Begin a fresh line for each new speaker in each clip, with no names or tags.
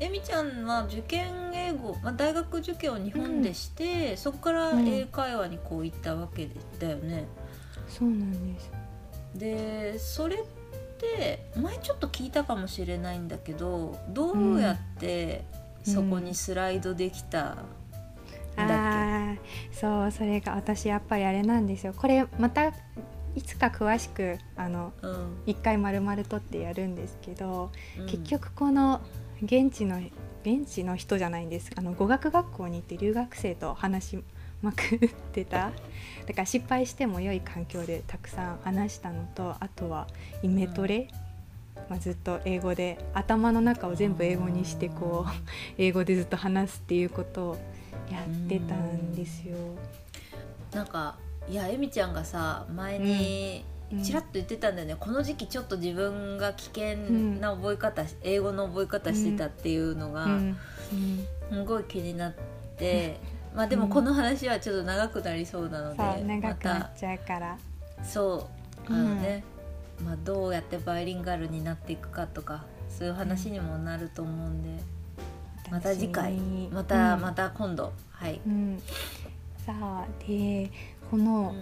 えみちゃんは受験英語、まあ、大学受験を日本でして、そこから
うん
英会話にこう行ったわけだよね。
そうなんです
でそれって前ちょっと聞いたかもしれないんだけどどうやってそこにスライドできたんだっけ、
あーそうそれが私やっぱりあれなんですよこれまたいつか詳しくあの
うん
一回丸々とってやるんですけど、
うん
結局この現地の現地の人じゃないんですあの語学学校に行って留学生と話しまくって ただから失敗しても良い環境でたくさん話したのとあとはイメトレ、まあ、ずっと英語で頭の中を全部英語にしてこう 英語でずっと話すっていうことをやってたんですよ。
なんかいやえみちゃんがさ前に
うん
ちらっと言ってたんだよね、この時期ちょっと自分が危険な覚え方、英語の覚え方してたっていうのが
うんうん
すごい気になって、まあでもこの話はちょっと長くなりそうなので、
そう
ま
長くな
た
っちゃうから。
そう
う
あ
ん
のね、まあ、どうやってバイリンガルになっていくかとかそういう話にもなると思うんで、また次回
楽しみに
また、
うん
また今度はい。
うん、さあでこ
う
の、
ん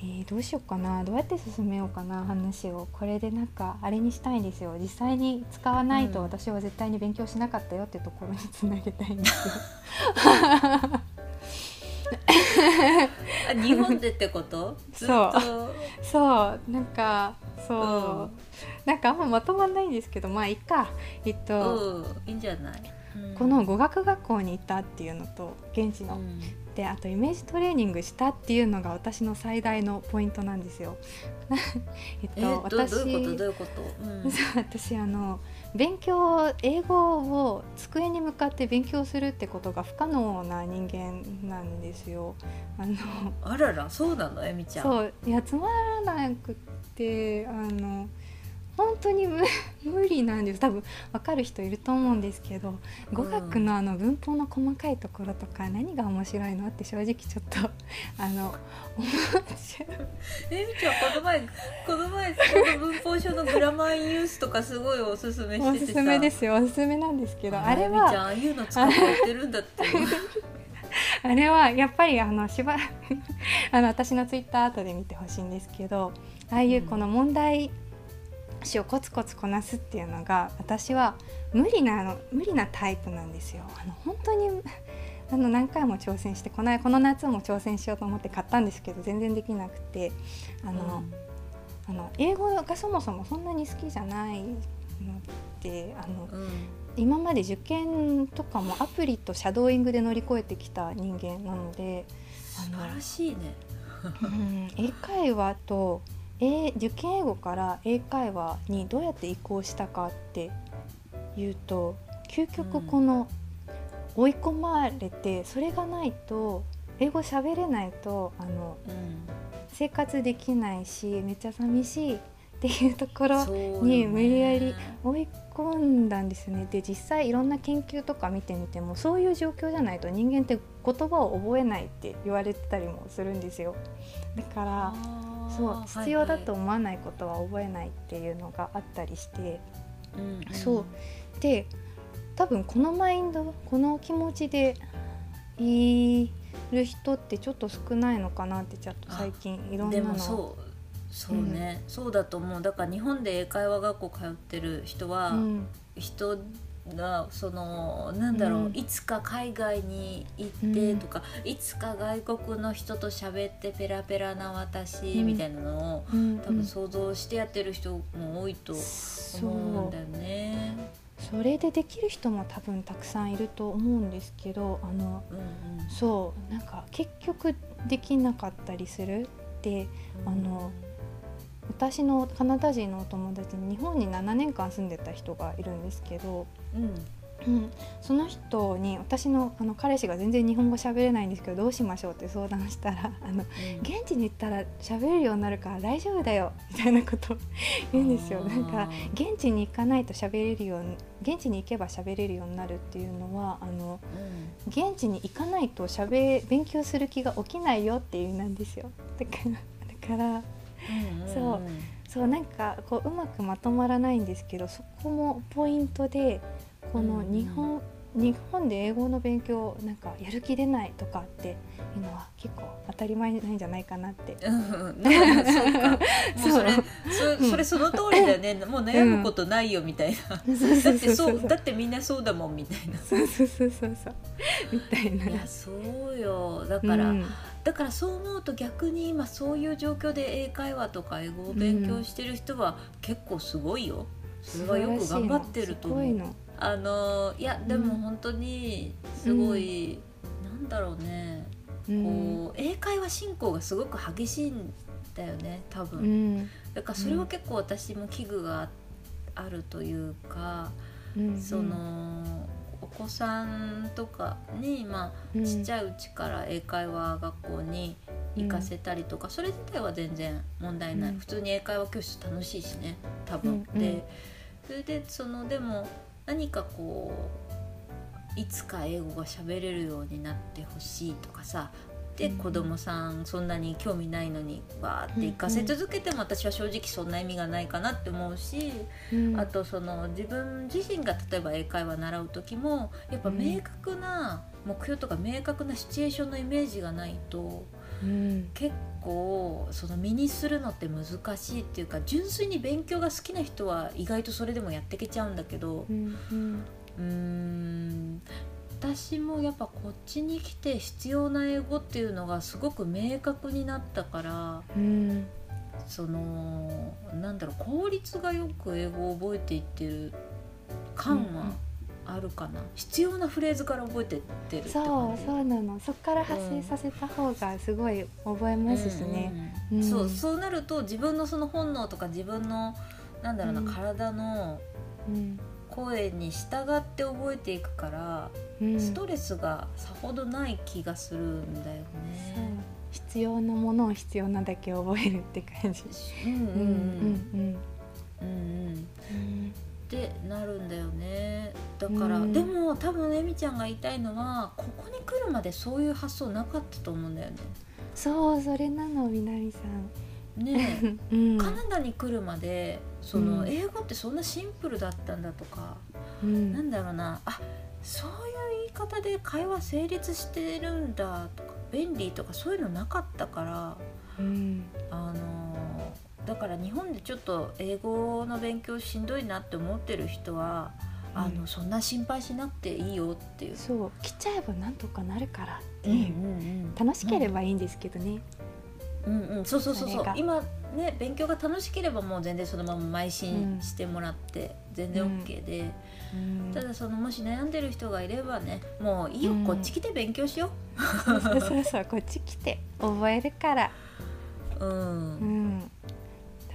えーどうしようかなどうやって進めようかな話をこれでなんかあれにしたいんですよ実際に使わないと
うん
私は絶対に勉強しなかったよってところにつなげたいんですよ。
あ日本でってことずっ
そう
と
そうなんかそう、
うん
なんかあんままとまんないんですけどまあいいかえっと、
うんいいんじゃない、うん
この語学学校に行ったっていうのと現地
う
の、
ん
であとイメージトレーニングしたっていうのが私の最大のポイントなんですよ。 えっと
えー、ど
私
どういうことどういうこと、うん
そう私あの勉強英語を机に向かって勉強するってことが不可能な人間なんですよ。あの
あららそうなのえみちゃん
そういやつまらなくってあの本当に無 無理なんです多分わかる人いると思うんですけど語学のあの文法の細かいところとか何が面白いのって正直ちょっとあの思っちゃう
えみちゃんこの前この前この文法書のグラマーインユースとかすごいおすすめ
お
しててさ
すすめですよおすすめなんですけどあれ
えみちゃ
は
んああいうの使ってやってるんだって
あれはやっぱりあのしば あの私のツイッター後で見てほしいんですけどああいうこの問題集をコツコツこなすっていうのが私は無理なあの無理なタイプなんですよ。あの本当にあの何回も挑戦してこのこの夏も挑戦しようと思って買ったんですけど全然できなくてあの、あの英語がそもそもそんなに好きじゃないのであの
うん、うん
今まで受験とかもアプリとシャドーイングで乗り越えてきた人間なので
素晴らしいね
うん英会話と英受験英語から英会話にどうやって移行したかっていうと究
う
極
ん
この追い込まれてそれがないと英語喋れないとあの
うん
生活できないしめっちゃ寂しいっていうところ
そうよ
に無理やり追い込んだんですねで実際いろんな研究とか見てみてもそういう状況じゃないと人間って言葉を覚えないって言われてたりもするんですよだから
あー
そう必要だと
は
思わないことは覚えないっていうのがあったりして
いはいん
そうで多分このマインドこの気持ちでいる人ってちょっと少ないのかなってちょっと最近いろんな
で
の
もそうそうね、そうだと思うだから日本で英会話学校通ってる人は、
うん
人がそのなんだろう、
うん
いつか海外に行ってとか、いつか外国の人と喋ってペラペラな私
うん
みたいなのを、
うん
多分想像してやってる人も多いと
そ
思うん
う
だよね。
それでできる人も多分たくさんいると思うんですけどあの
うんうん
そうなんか結局できなかったりするってあの私のカナダ人のお友達に日本に7年間住んでた人がいるんですけど、
うん
うん、その人に私のあの彼氏が全然日本語喋れないんですけどどうしましょうって相談したらあの現地に行ったら喋れるようになるから大丈夫だよみたいなことを言うんですよ。なんか現地に行かないと喋れるように現地に行けば喋れるようになるっていうのはあの
うん
現地に行かないと喋勉強する気が起きないよっていう意味なんですよだからだから
うんうん
そうそうなんかこううまくまとまらないんですけどそこもポイントでこの日本日本で英語の勉強なんかやる気出ないとかっていうのは結構当たり前なんじゃないかなって
うんなんかそうかもうそれそそれその通りだよね、もう悩むことないよみたいな、
そう
だ
そ
っ
う
て
そ
そううだってみんなそうだもんみたいな
そうそうそうそうそうみたいない
やそうよだから、
うん
だからそう思うと逆に今そういう状況で英会話とか英語を勉強してる人は結構すごいよ、それはよく頑張ってると思う
素晴らしいの
あのいやでも
うん
本当にすごい、なんだろうね
すごいの
こう英会話進行がすごく激しいんだよね多分、
うん
だからそれは結構私も危惧がああるというか、
うん
そのお子さんとかに、まあ、ちっち
ゃい
ゃいうちから英会話学校に行かせたりとか、それ自体は全然問題ない、
うん
普通に英会話教室楽しいしね多
う
分。
んうん
でそれでそのでも何かこういつか英語が喋れるようになってほしいとかさで
うん
子供さんそんなに興味ないのにわーって行かせ続けても私は正直そんな意味がないかなって思うし、あとその自分自身が例えば英会話習う時もやっぱ明確な目標とか明確なシチュエーションのイメージがないと
うん
結構その身にするのって難しいっていうか純粋に勉強が好きな人は意外とそれでもやってけちゃうんだけど
うんうん
うーん私もやっぱこっちに来て必要な英語っていうのがすごく明確になったから
うん
そのなんだろう効率がよく英語を覚えていってる感はあるかな、必要なフレーズから覚えてってるって
そ
感
う
じ
そうなのそこから派生させた方がすごい覚えますしね、
うんうんうん
うん
そうそうなると自分のその本能とか自分のなんだろうな、
うん
体の
うん
声に従って覚えていくから、
うん
ストレスがさほどない気がするんだよ
そう
ね。
必要なものを必要なだけ覚えるって感じ
うんうん
うん
う
うん
んうんうん
うん
ってなるんだよねだから、
うん
でも多分えみちゃんが言いたいのはここに来るまでそういう発想なかったと思うんだよね。
そうそれなのみなみさん
ねえ
うん
カナダに来るまでその、
うん
英語ってそんなシンプルだったんだとか、
うん
なんだろうなあそういう言い方で会話成立してるんだとか便利とかそういうのなかったから
うん
あのだから日本でちょっと英語の勉強しんどいなって思ってる人は、
うん
あのそんな心配しなくていいよっていう。
そう来ちゃえばなんとかなるからって
うん
いう、
うんうん
楽しければいいんですけどね、
うんうん、そうそうそうそ
そうれが
今ね勉強が楽しければもう全然そのまま邁進してもらって全然 OK で、
うん
ただそのもし悩んでる人がいればねもういいよ、
うん
こっち来て勉強しよ
そうそうそうそうこっち来て覚えるから
う、うん
うん、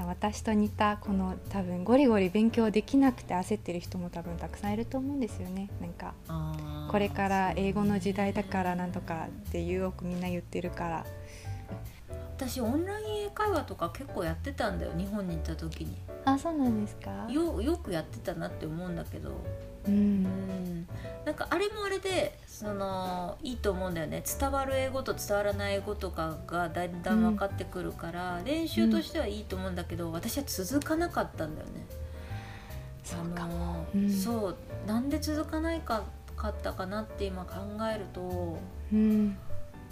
私と似たこの多分ゴリゴリ勉強できなくて焦ってる人も多分たくさんいると思うんですよねなんか
あー
これから英語の時代だからなんとかってよくみんな言ってるから
私オンライン英会話とか結構やってたんだよ日本に行った時に
あそうなんですか
よよくやってたなって思うんだけどう
う
んんなんかあれもあれでそのいいと思うんだよね伝わる英語と伝わらない英語とかがだんだん分かってくるから、練習としてはいいと思うんだけど私は続かなかったんだよね。
そうかも
も
うん
そうなんで続かないかかったかなって今考えると
うん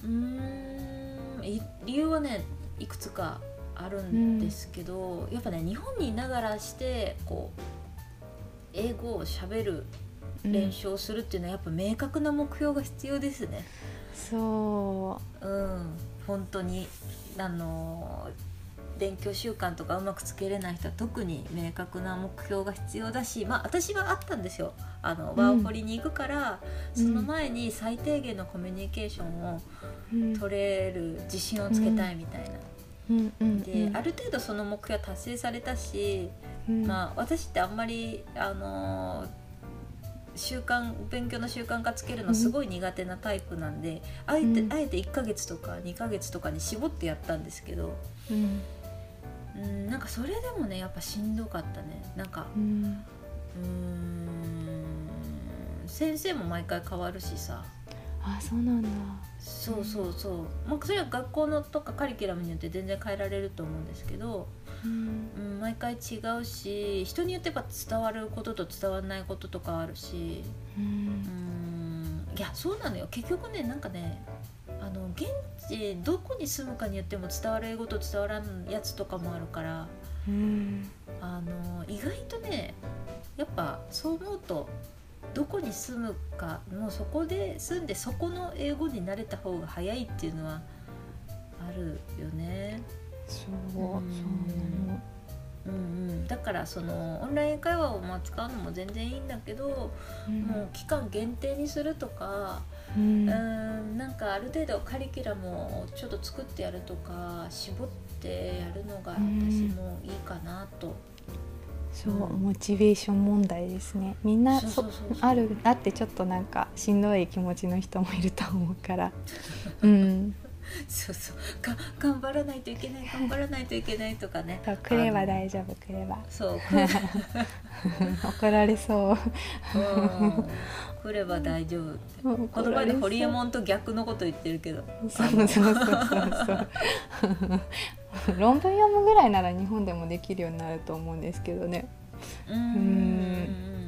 うーんい理由はねいくつかあるんですけど、やっぱね日本にいながらしてこう英語をしゃべる
うん
練習をするっていうのはやっぱ明確な目標が必要ですね。
そ
うん、本当にあの勉強習慣とかうまくつけれない人は特に明確な目標が必要だし、まあ、私はあったんですよあの、ワ
ん
ーホリに行くから
う
そ
ん
の前に最低限のコミュニケーションを
う、うん、
取れる自信をつけたいみたいな。
うんうん
で
うん
ある程度その目標は達成されたし、
うん
まあ、私ってあんまり、あのー習慣勉強の習慣化つけるのすごい苦手なタイプなんで、あえて
うん
あえて1ヶ月とか2ヶ月とかに絞ってやったんですけど、
うん
うん、なんかそれでもねやっぱしんどかったねなんか
うん
うーん先生も毎回変わるしさ
あそうなんだ
そうそうそう、まあ、それは学校のとかカリキュラムによって全然変えられると思うんですけど、
うん
うん、毎回違うし人によってやっぱ伝わることと伝わらないこととかあるし
う
うんんいやそうなのよ結局ねなんかねあの現地どこに住むかによっても伝わる英語と伝わらんやつとかもあるから
うん
あの意外とねやっぱそう思うとどこに住むかもうそこで住んでそこの英語に慣れた方が早いっていうのはあるよね。
そうそう
うん
なの
うんうん、だからそのオンライン会話をまあ使うのも全然いいんだけど、
うん
もう期間限定にするとか
うん
うーんなんかある程度カリキュラムをちょっと作ってやるとか絞ってやるのが私もいいかなと。
そうモチベーション問題ですねみんな
そうそうそうそう
あるあってちょっとなんかしんどい気持ちの人もいると思う からうん
そうそうが頑張らないといけ ない頑張らないといけないとかね
そうくれば
あの
大丈夫くれば
そうくれ
怒られそう
うんくれば大丈夫ってこ
こ
の前 のホリエ
ん
モンと逆のこと言ってるけど
そうそうそうそう そう論文読むぐらいなら日本でもできるようになると思うんですけどね
うーん